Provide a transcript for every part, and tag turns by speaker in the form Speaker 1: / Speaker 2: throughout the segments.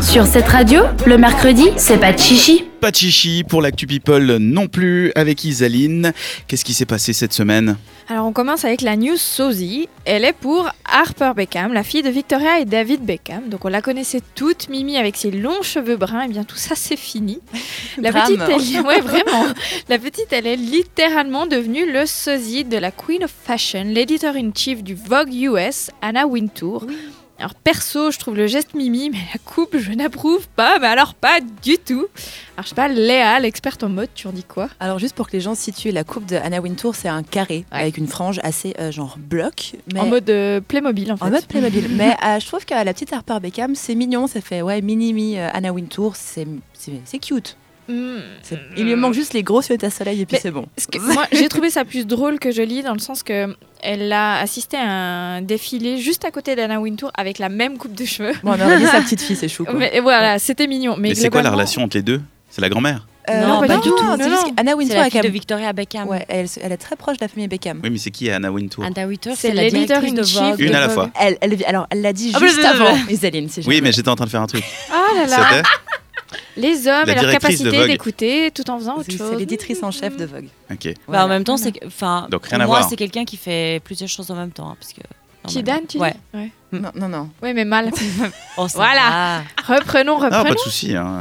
Speaker 1: Sur cette radio, le mercredi, c'est pas de chichi.
Speaker 2: Pas de chichi pour l'actu people non plus avec Isaline. Qu'est-ce qui s'est passé cette semaine
Speaker 3: Alors on commence avec la news sosie. Elle est pour Harper Beckham, la fille de Victoria et David Beckham. Donc on la connaissait toute, Mimi avec ses longs cheveux bruns. Et bien tout ça c'est fini. La
Speaker 4: Drame.
Speaker 3: petite, elle, ouais, vraiment. La petite, elle est littéralement devenue le sosie de la Queen of Fashion, l'éditeur in chief du Vogue US, Anna Wintour. Alors perso, je trouve le geste mimi, mais la coupe, je n'approuve pas, mais alors pas du tout. Alors je sais pas, Léa, l'experte en mode, tu en dis quoi
Speaker 4: Alors juste pour que les gens situent, la coupe de Anna Wintour, c'est un carré
Speaker 3: Ouais.
Speaker 4: avec une frange assez euh, genre bloc, mais
Speaker 3: En mode euh, Playmobil en fait.
Speaker 4: en mode Playmobil. mais euh, je trouve que la petite Harper Beckham, c'est mignon, ça fait ouais mini mi euh, Anna Wintour, c'est c'est c'est cute.
Speaker 3: Mm.
Speaker 4: C'est- Il lui manque juste les gros yeux à soleil et puis
Speaker 3: Mais
Speaker 4: c'est bon.
Speaker 3: Parce que moi, j'ai trouvé ça plus drôle que jolie dans le sens que elle a assisté à un défilé juste à côté d'Anna Wintour avec la même coupe de cheveux.
Speaker 4: Bon, on aurait dit sa petite fille, c'est chou. quoi.
Speaker 3: Mais voilà, c'était mignon. Mais,
Speaker 2: Mais c'est quoi la
Speaker 3: globalement-
Speaker 2: relation entre les deux C'est la grand-mère
Speaker 4: Euh,
Speaker 5: Non, pas du tout.
Speaker 4: c'est
Speaker 3: Non,
Speaker 4: juste
Speaker 3: non.
Speaker 4: qu'Anna
Speaker 5: C'est
Speaker 4: Wintour
Speaker 5: la
Speaker 4: est
Speaker 5: fille
Speaker 4: quand
Speaker 5: de
Speaker 4: même-
Speaker 5: Victoria Beckham.
Speaker 4: Ouais, elle, elle est très proche de la famille Beckham.
Speaker 2: Oui, mais c'est qui Anna Wintour
Speaker 5: Anna Wintour,
Speaker 3: C'est
Speaker 5: c'est la
Speaker 3: l'éditeur
Speaker 5: directrice de
Speaker 3: in chief
Speaker 5: Vogue.
Speaker 2: Une à la
Speaker 3: Vogue.
Speaker 2: fois.
Speaker 4: Elle, elle, alors, elle l'a dit
Speaker 5: Ah,
Speaker 4: juste
Speaker 5: blablabla.
Speaker 4: avant, Isaline, si
Speaker 2: Oui,
Speaker 4: jamais.
Speaker 2: mais j'étais en train de faire un truc.
Speaker 3: Ah là là.
Speaker 2: C'était
Speaker 3: Les hommes
Speaker 2: La
Speaker 3: et leur
Speaker 2: directrice de
Speaker 3: capacité
Speaker 2: Vogue.
Speaker 3: d'écouter tout en faisant autre
Speaker 4: C'est-
Speaker 3: chose.
Speaker 4: C'est l'éditrice en chef de Vogue.
Speaker 2: Ok. Ah,
Speaker 5: Bah, en
Speaker 4: Voilà.
Speaker 5: même temps, c'est. que- Enfin,
Speaker 2: Donc, rien
Speaker 5: pour
Speaker 2: à
Speaker 5: moi,
Speaker 2: voir.
Speaker 5: c'est quelqu'un qui fait plusieurs choses en même temps. hein, parce que, normalement.
Speaker 3: Kidane, tu
Speaker 5: Ouais.
Speaker 3: dis ouais.
Speaker 4: Non, non, non.
Speaker 3: Ouais, mais mal.
Speaker 5: Oh, ça
Speaker 3: Voilà.
Speaker 5: va.
Speaker 3: Reprenons,
Speaker 2: Ah, pas
Speaker 3: reprenons.
Speaker 2: de souci. Hein.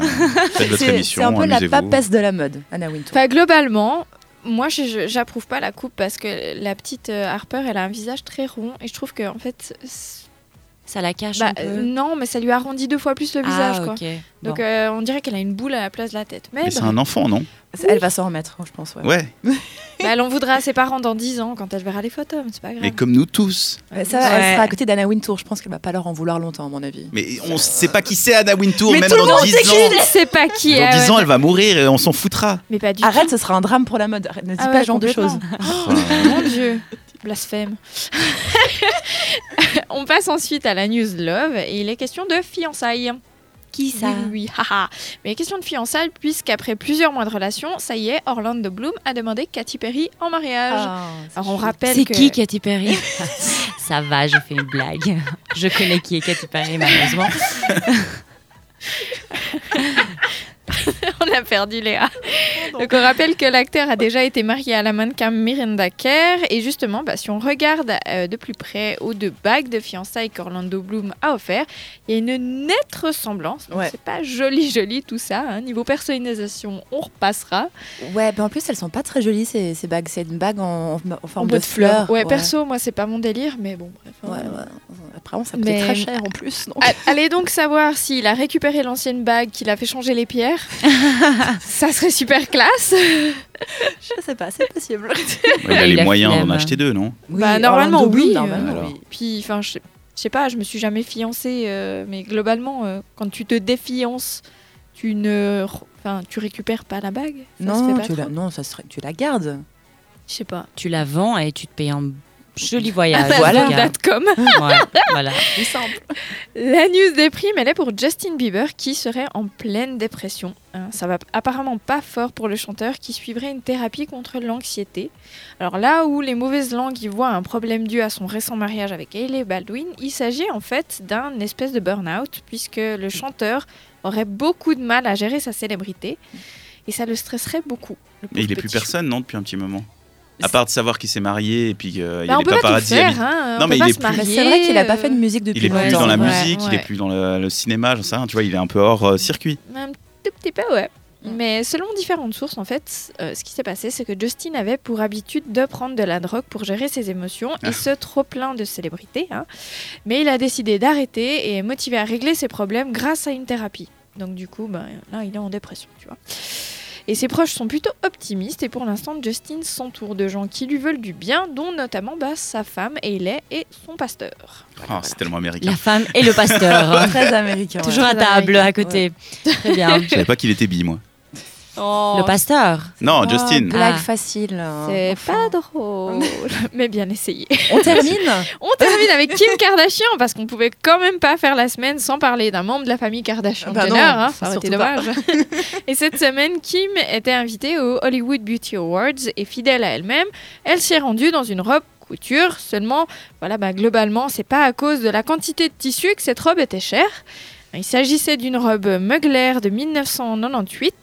Speaker 2: Faites votre
Speaker 4: C'est
Speaker 2: émission,
Speaker 4: c'est un peu la
Speaker 2: amusez-vous.
Speaker 4: papesse de la mode, Anna Wintour.
Speaker 3: Enfin, globalement, moi, je- je- j'approuve pas la coupe parce que la petite euh, Harper, elle a un visage très rond et je trouve que, en fait, c'est-
Speaker 5: Ça la cache
Speaker 3: bah,
Speaker 5: un peu.
Speaker 3: euh, non, mais ça lui arrondit deux fois plus le visage,
Speaker 5: ah,
Speaker 3: quoi.
Speaker 5: ok. Bon.
Speaker 3: Donc, euh, on dirait qu'elle a une boule à la place de la tête. Mais,
Speaker 2: Mais c'est
Speaker 3: bref.
Speaker 2: un enfant, non
Speaker 4: Elle va s'en remettre, je pense. ouais.
Speaker 2: Ouais.
Speaker 3: Bah, elle en voudra à ses parents dans 10 ans quand elle verra les photos, mais c'est pas grave.
Speaker 2: Mais comme nous tous.
Speaker 4: Ouais, Ça,
Speaker 5: Ouais.
Speaker 4: elle sera à côté d'Anna Wintour. Je pense qu'elle va pas leur en vouloir longtemps, à mon avis.
Speaker 2: Mais on sait pas qui c'est Anna Wintour,
Speaker 4: Mais
Speaker 2: même
Speaker 4: tout le
Speaker 2: dans
Speaker 4: monde
Speaker 2: 10
Speaker 4: sait qui
Speaker 2: ans.
Speaker 3: Je sais pas qui est.
Speaker 2: Dans 10 ans, elle va mourir et on s'en foutra.
Speaker 3: Mais pas du tout.
Speaker 4: Arrête, ce sera un drame pour la mode. Arrête, Ne dis
Speaker 3: Ah
Speaker 4: pas
Speaker 3: ouais,
Speaker 4: ce genre de
Speaker 3: complètement.
Speaker 4: choses.
Speaker 3: Mon Dieu, blasphème. On passe ensuite à la news love et il est question de fiançailles.
Speaker 5: qui ça
Speaker 3: Oui, oui, haha. Mais question de fiançailles puisqu'après plusieurs mois de relation, ça y est, Orlando Bloom a demandé Katy Perry en
Speaker 4: Ah.
Speaker 3: mariage. Ah, Alors on rappelle
Speaker 5: C'est
Speaker 3: que-
Speaker 5: qui Katy Perry Ça va, j'ai fait une blague. Je connais qui est Katy Perry, malheureusement.
Speaker 3: on a perdu Léa. Donc on rappelle que l'acteur a déjà été marié à la mannequin Miranda Kerr et justement, bah, si on regarde euh, de plus près aux deux bagues de fiançailles qu'Orlando Bloom a offert, il y a une nette ressemblance. Donc,
Speaker 4: Ouais.
Speaker 3: C'est pas joli joli tout ça. hein. Niveau personnalisation, on repassera.
Speaker 4: Ouais, bah en plus, elles sont pas très jolies, ces, ces bagues. C'est une bague en, en forme de,
Speaker 3: mode
Speaker 4: fleur.
Speaker 3: Ouais, perso, moi c'est pas mon délire, mais bon. Bref,
Speaker 4: Ouais,
Speaker 3: hein.
Speaker 4: ouais. Apparemment, ça coûte
Speaker 3: Mais-
Speaker 4: très cher en plus. donc.
Speaker 3: A- Allez donc savoir s'il a récupéré l'ancienne bague, qu'il a fait changer les pierres. ça serait super classe.
Speaker 4: Je sais pas, c'est possible.
Speaker 2: Il a
Speaker 5: Et
Speaker 2: les
Speaker 5: la
Speaker 2: moyens d'en
Speaker 5: flemme.
Speaker 2: acheter deux, non
Speaker 3: Bah, normalement,
Speaker 4: Orlando Bloom,
Speaker 3: oui,
Speaker 4: normalement,
Speaker 2: euh,
Speaker 4: oui.
Speaker 3: Puis, enfin, je je sais pas, je me suis jamais fiancée, euh, mais globalement, euh, quand tu te défiances, tu ne, re- enfin, tu récupères pas la bague. Enfin, ça se fait
Speaker 4: Non,
Speaker 3: pas
Speaker 4: tu
Speaker 3: trop.
Speaker 4: la, non ça serait, tu la gardes.
Speaker 3: Je sais pas.
Speaker 5: Tu la vends et tu te payes un
Speaker 3: Ah,
Speaker 5: joli voyage.
Speaker 4: voilà.
Speaker 5: en tout cas.
Speaker 3: Datcom.
Speaker 5: Ouais, voilà.
Speaker 4: C'est simple.
Speaker 3: La news déprime, elle est pour Justin Bieber qui serait en pleine dépression. Hein, ça va apparemment pas fort pour le chanteur qui suivrait une thérapie contre l'anxiété. Alors là où les mauvaises langues y voient un problème dû à son récent mariage avec Hailey Baldwin, il s'agit en fait d'un espèce de burn-out puisque le chanteur aurait beaucoup de mal à gérer sa célébrité et ça le stresserait beaucoup. le
Speaker 2: Mais il est
Speaker 3: pauvre
Speaker 2: plus
Speaker 3: petit chou.
Speaker 2: personne, non, depuis un petit moment À part de savoir qu'il s'est marié et puis qu'il y
Speaker 3: Bah,
Speaker 2: a
Speaker 3: on
Speaker 2: les
Speaker 3: peut pas tout
Speaker 2: paparazzi
Speaker 3: faire,
Speaker 2: habitent-
Speaker 3: hein,
Speaker 2: Non,
Speaker 3: on
Speaker 2: mais
Speaker 3: peut
Speaker 2: il
Speaker 3: pas
Speaker 2: est
Speaker 3: se
Speaker 2: plus-
Speaker 4: Bah,
Speaker 3: marier. euh,
Speaker 4: c'est vrai qu'il a pas fait de musique depuis
Speaker 2: Il est plus
Speaker 4: longtemps.
Speaker 2: dans la
Speaker 3: Ouais,
Speaker 2: musique, il
Speaker 3: ouais.
Speaker 2: est plus dans le, le cinéma, j'en sais rien, tu vois, il est un peu hors euh, circuit.
Speaker 3: Un tout petit peu, ouais. Mais selon différentes sources, en fait, euh, ce qui s'est passé, c'est que Justin avait pour habitude de prendre de la drogue pour gérer ses émotions et ce trop plein de célébrités. hein. Mais il a décidé d'arrêter et est motivé à régler ses problèmes grâce à une thérapie. Donc du coup, ben, là, il est en dépression, tu vois. Et ses proches sont plutôt optimistes et pour l'instant, Justin s'entoure de gens qui lui veulent du bien, dont notamment bah, sa femme Hayley et son pasteur.
Speaker 2: Ah, c'est tellement américain.
Speaker 5: La femme et le pasteur.
Speaker 4: Très américain. ouais.
Speaker 5: Toujours à
Speaker 3: Très
Speaker 5: table
Speaker 3: américain,
Speaker 5: à côté. Très bien.
Speaker 2: Je savais pas qu'il était bi, moi.
Speaker 5: Le pasteur.
Speaker 2: Non,
Speaker 4: Oh,
Speaker 2: Justin.
Speaker 4: Blague
Speaker 5: Ah.
Speaker 4: facile.
Speaker 3: Oh,
Speaker 4: hein.
Speaker 3: C'est
Speaker 4: Enfin.
Speaker 3: pas drôle, mais bien essayé.
Speaker 4: On termine
Speaker 3: On termine avec Kim Kardashian parce qu'on pouvait quand même pas faire la semaine sans parler d'un membre de la famille Kardashian.
Speaker 4: Ah bah
Speaker 3: Jenner,
Speaker 4: non,
Speaker 3: hein, ça aurait été
Speaker 4: surtout
Speaker 3: dommage. et cette semaine, Kim était invitée aux Hollywood Beauty Awards et fidèle à elle-même, elle s'y est rendue dans une robe couture. Seulement, voilà, bah, globalement, c'est pas à cause de la quantité de tissu que cette robe était chère. Il s'agissait d'une robe Mugler de 1998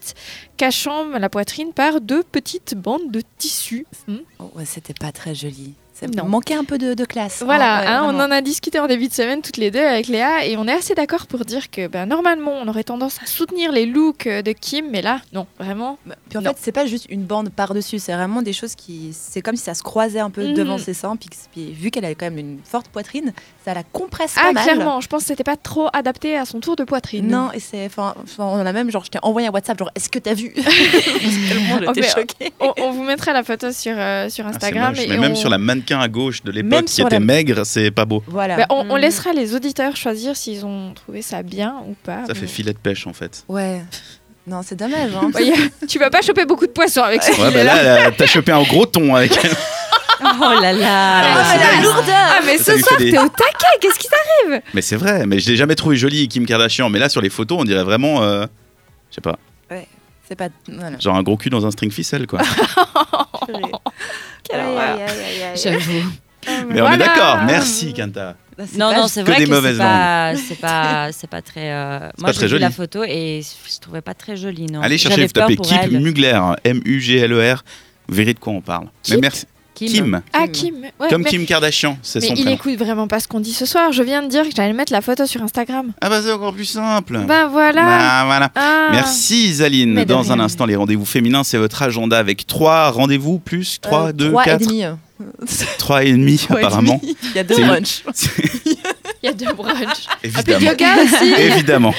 Speaker 3: cachant la poitrine par deux petites bandes de tissu. Hmm.
Speaker 4: Oh, ouais, C'était pas très joli. Ça
Speaker 3: Non.
Speaker 4: manquait un peu de, de classe.
Speaker 3: Voilà,
Speaker 4: Ah, ouais,
Speaker 3: hein, on
Speaker 4: vraiment.
Speaker 3: en a discuté en début de semaine toutes les deux avec Léa et on est assez d'accord pour dire que ben, normalement on aurait tendance à soutenir les looks euh, de Kim, mais là, non, vraiment.
Speaker 4: Puis en
Speaker 3: Non.
Speaker 4: fait, c'est pas juste une bande par-dessus, c'est vraiment des choses qui. C'est comme si ça se croisait un peu
Speaker 3: Mhm.
Speaker 4: devant ses seins, puis, que- puis vu qu'elle avait quand même une forte poitrine, ça la compresse
Speaker 3: Ah,
Speaker 4: pas mal.
Speaker 3: clairement, je pense que c'était pas trop adapté à son tour de poitrine.
Speaker 4: Non, et c'est. Enfin, enfin, on en a même, genre, je t'ai envoyé un WhatsApp, genre, est-ce que t'as vu Parce que Tellement
Speaker 3: Oh, mais-
Speaker 4: j'étais choquée.
Speaker 3: On, on vous mettra la photo sur, euh, sur
Speaker 2: Ah, c'est
Speaker 3: Instagram.
Speaker 2: moche.
Speaker 3: et
Speaker 2: Mais même
Speaker 3: on-
Speaker 2: sur la mannequin à gauche de l'époque
Speaker 4: Même
Speaker 2: qui
Speaker 4: sur
Speaker 2: était
Speaker 4: la-
Speaker 2: maigre, c'est pas beau.
Speaker 4: Voilà.
Speaker 3: Ben, on, on
Speaker 5: Mm.
Speaker 3: laissera les auditeurs choisir s'ils ont trouvé ça bien ou pas.
Speaker 2: Ça
Speaker 3: Ah, mais-
Speaker 2: fait filet de pêche en fait.
Speaker 4: Ouais. Non, c'est dommage, hein.
Speaker 3: Ouais, y a- tu vas pas choper beaucoup de poissons avec ça.
Speaker 2: Ouais, bah là, elle a- t'as chopé un gros ton avec elle.
Speaker 5: Oh là là
Speaker 2: Ah, mais c'est dingue.
Speaker 3: Ah, mais
Speaker 2: Ça
Speaker 3: ce
Speaker 2: lui fait
Speaker 3: soir,
Speaker 2: des-
Speaker 3: t'es au taquet, qu'est-ce qui t'arrive
Speaker 2: Mais c'est vrai, mais je l'ai jamais trouvé jolie Kim Kardashian. Mais là, sur les photos, on dirait vraiment, euh, je sais pas,
Speaker 4: C'est pas. Voilà.
Speaker 2: genre un gros cul dans un string ficelle quoi.
Speaker 4: Aïe,
Speaker 3: horreur.
Speaker 4: aïe, aïe, aïe.
Speaker 5: J'avoue.
Speaker 2: Mais on est
Speaker 3: Voilà.
Speaker 2: d'accord, merci Kanta.
Speaker 4: Là, Bah, c'est
Speaker 5: Non,
Speaker 4: pas-
Speaker 5: non, c'est
Speaker 2: que
Speaker 5: vrai
Speaker 2: des
Speaker 5: que c'est
Speaker 2: mauvaises
Speaker 5: pas, c'est pas, c'est pas très. euh, Moi,
Speaker 2: pas très
Speaker 5: j'ai vu la
Speaker 2: joli.
Speaker 5: photo et je trouvais pas très jolie, non.
Speaker 2: Allez chercher,
Speaker 5: J'avais
Speaker 2: vous tapez
Speaker 5: peur pour
Speaker 2: Kip
Speaker 5: elle.
Speaker 2: Mugler, hein, M-U-G-L-E-R, E vous verrez de quoi on parle.
Speaker 5: Kip
Speaker 2: mais merci. Kim,
Speaker 3: Ah, Kim. ouais,
Speaker 2: comme
Speaker 3: mais-
Speaker 2: Kim Kardashian, c'est
Speaker 3: Mais
Speaker 2: son
Speaker 3: il
Speaker 2: prénom.
Speaker 3: écoute vraiment pas ce qu'on dit ce soir. Je viens de dire que j'allais mettre la photo sur Instagram.
Speaker 2: Ah bah c'est encore plus simple.
Speaker 3: Bah voilà.
Speaker 2: Bah, voilà.
Speaker 3: Ah.
Speaker 2: Merci Isaline.
Speaker 3: Mais de
Speaker 2: Dans un
Speaker 3: rien.
Speaker 2: instant, les rendez-vous féminins, c'est votre agenda avec trois rendez-vous plus
Speaker 4: Euh,
Speaker 2: 3, 2,
Speaker 4: trois et
Speaker 2: 4,
Speaker 4: demi, euh.
Speaker 2: 3 et demi
Speaker 4: Trois et demi.
Speaker 2: apparemment.
Speaker 4: Il y a deux
Speaker 2: C'est-
Speaker 4: brunchs.
Speaker 3: Il y a deux brunchs. Un peu de
Speaker 2: Évidemment.
Speaker 3: yoga aussi.
Speaker 2: Évidemment.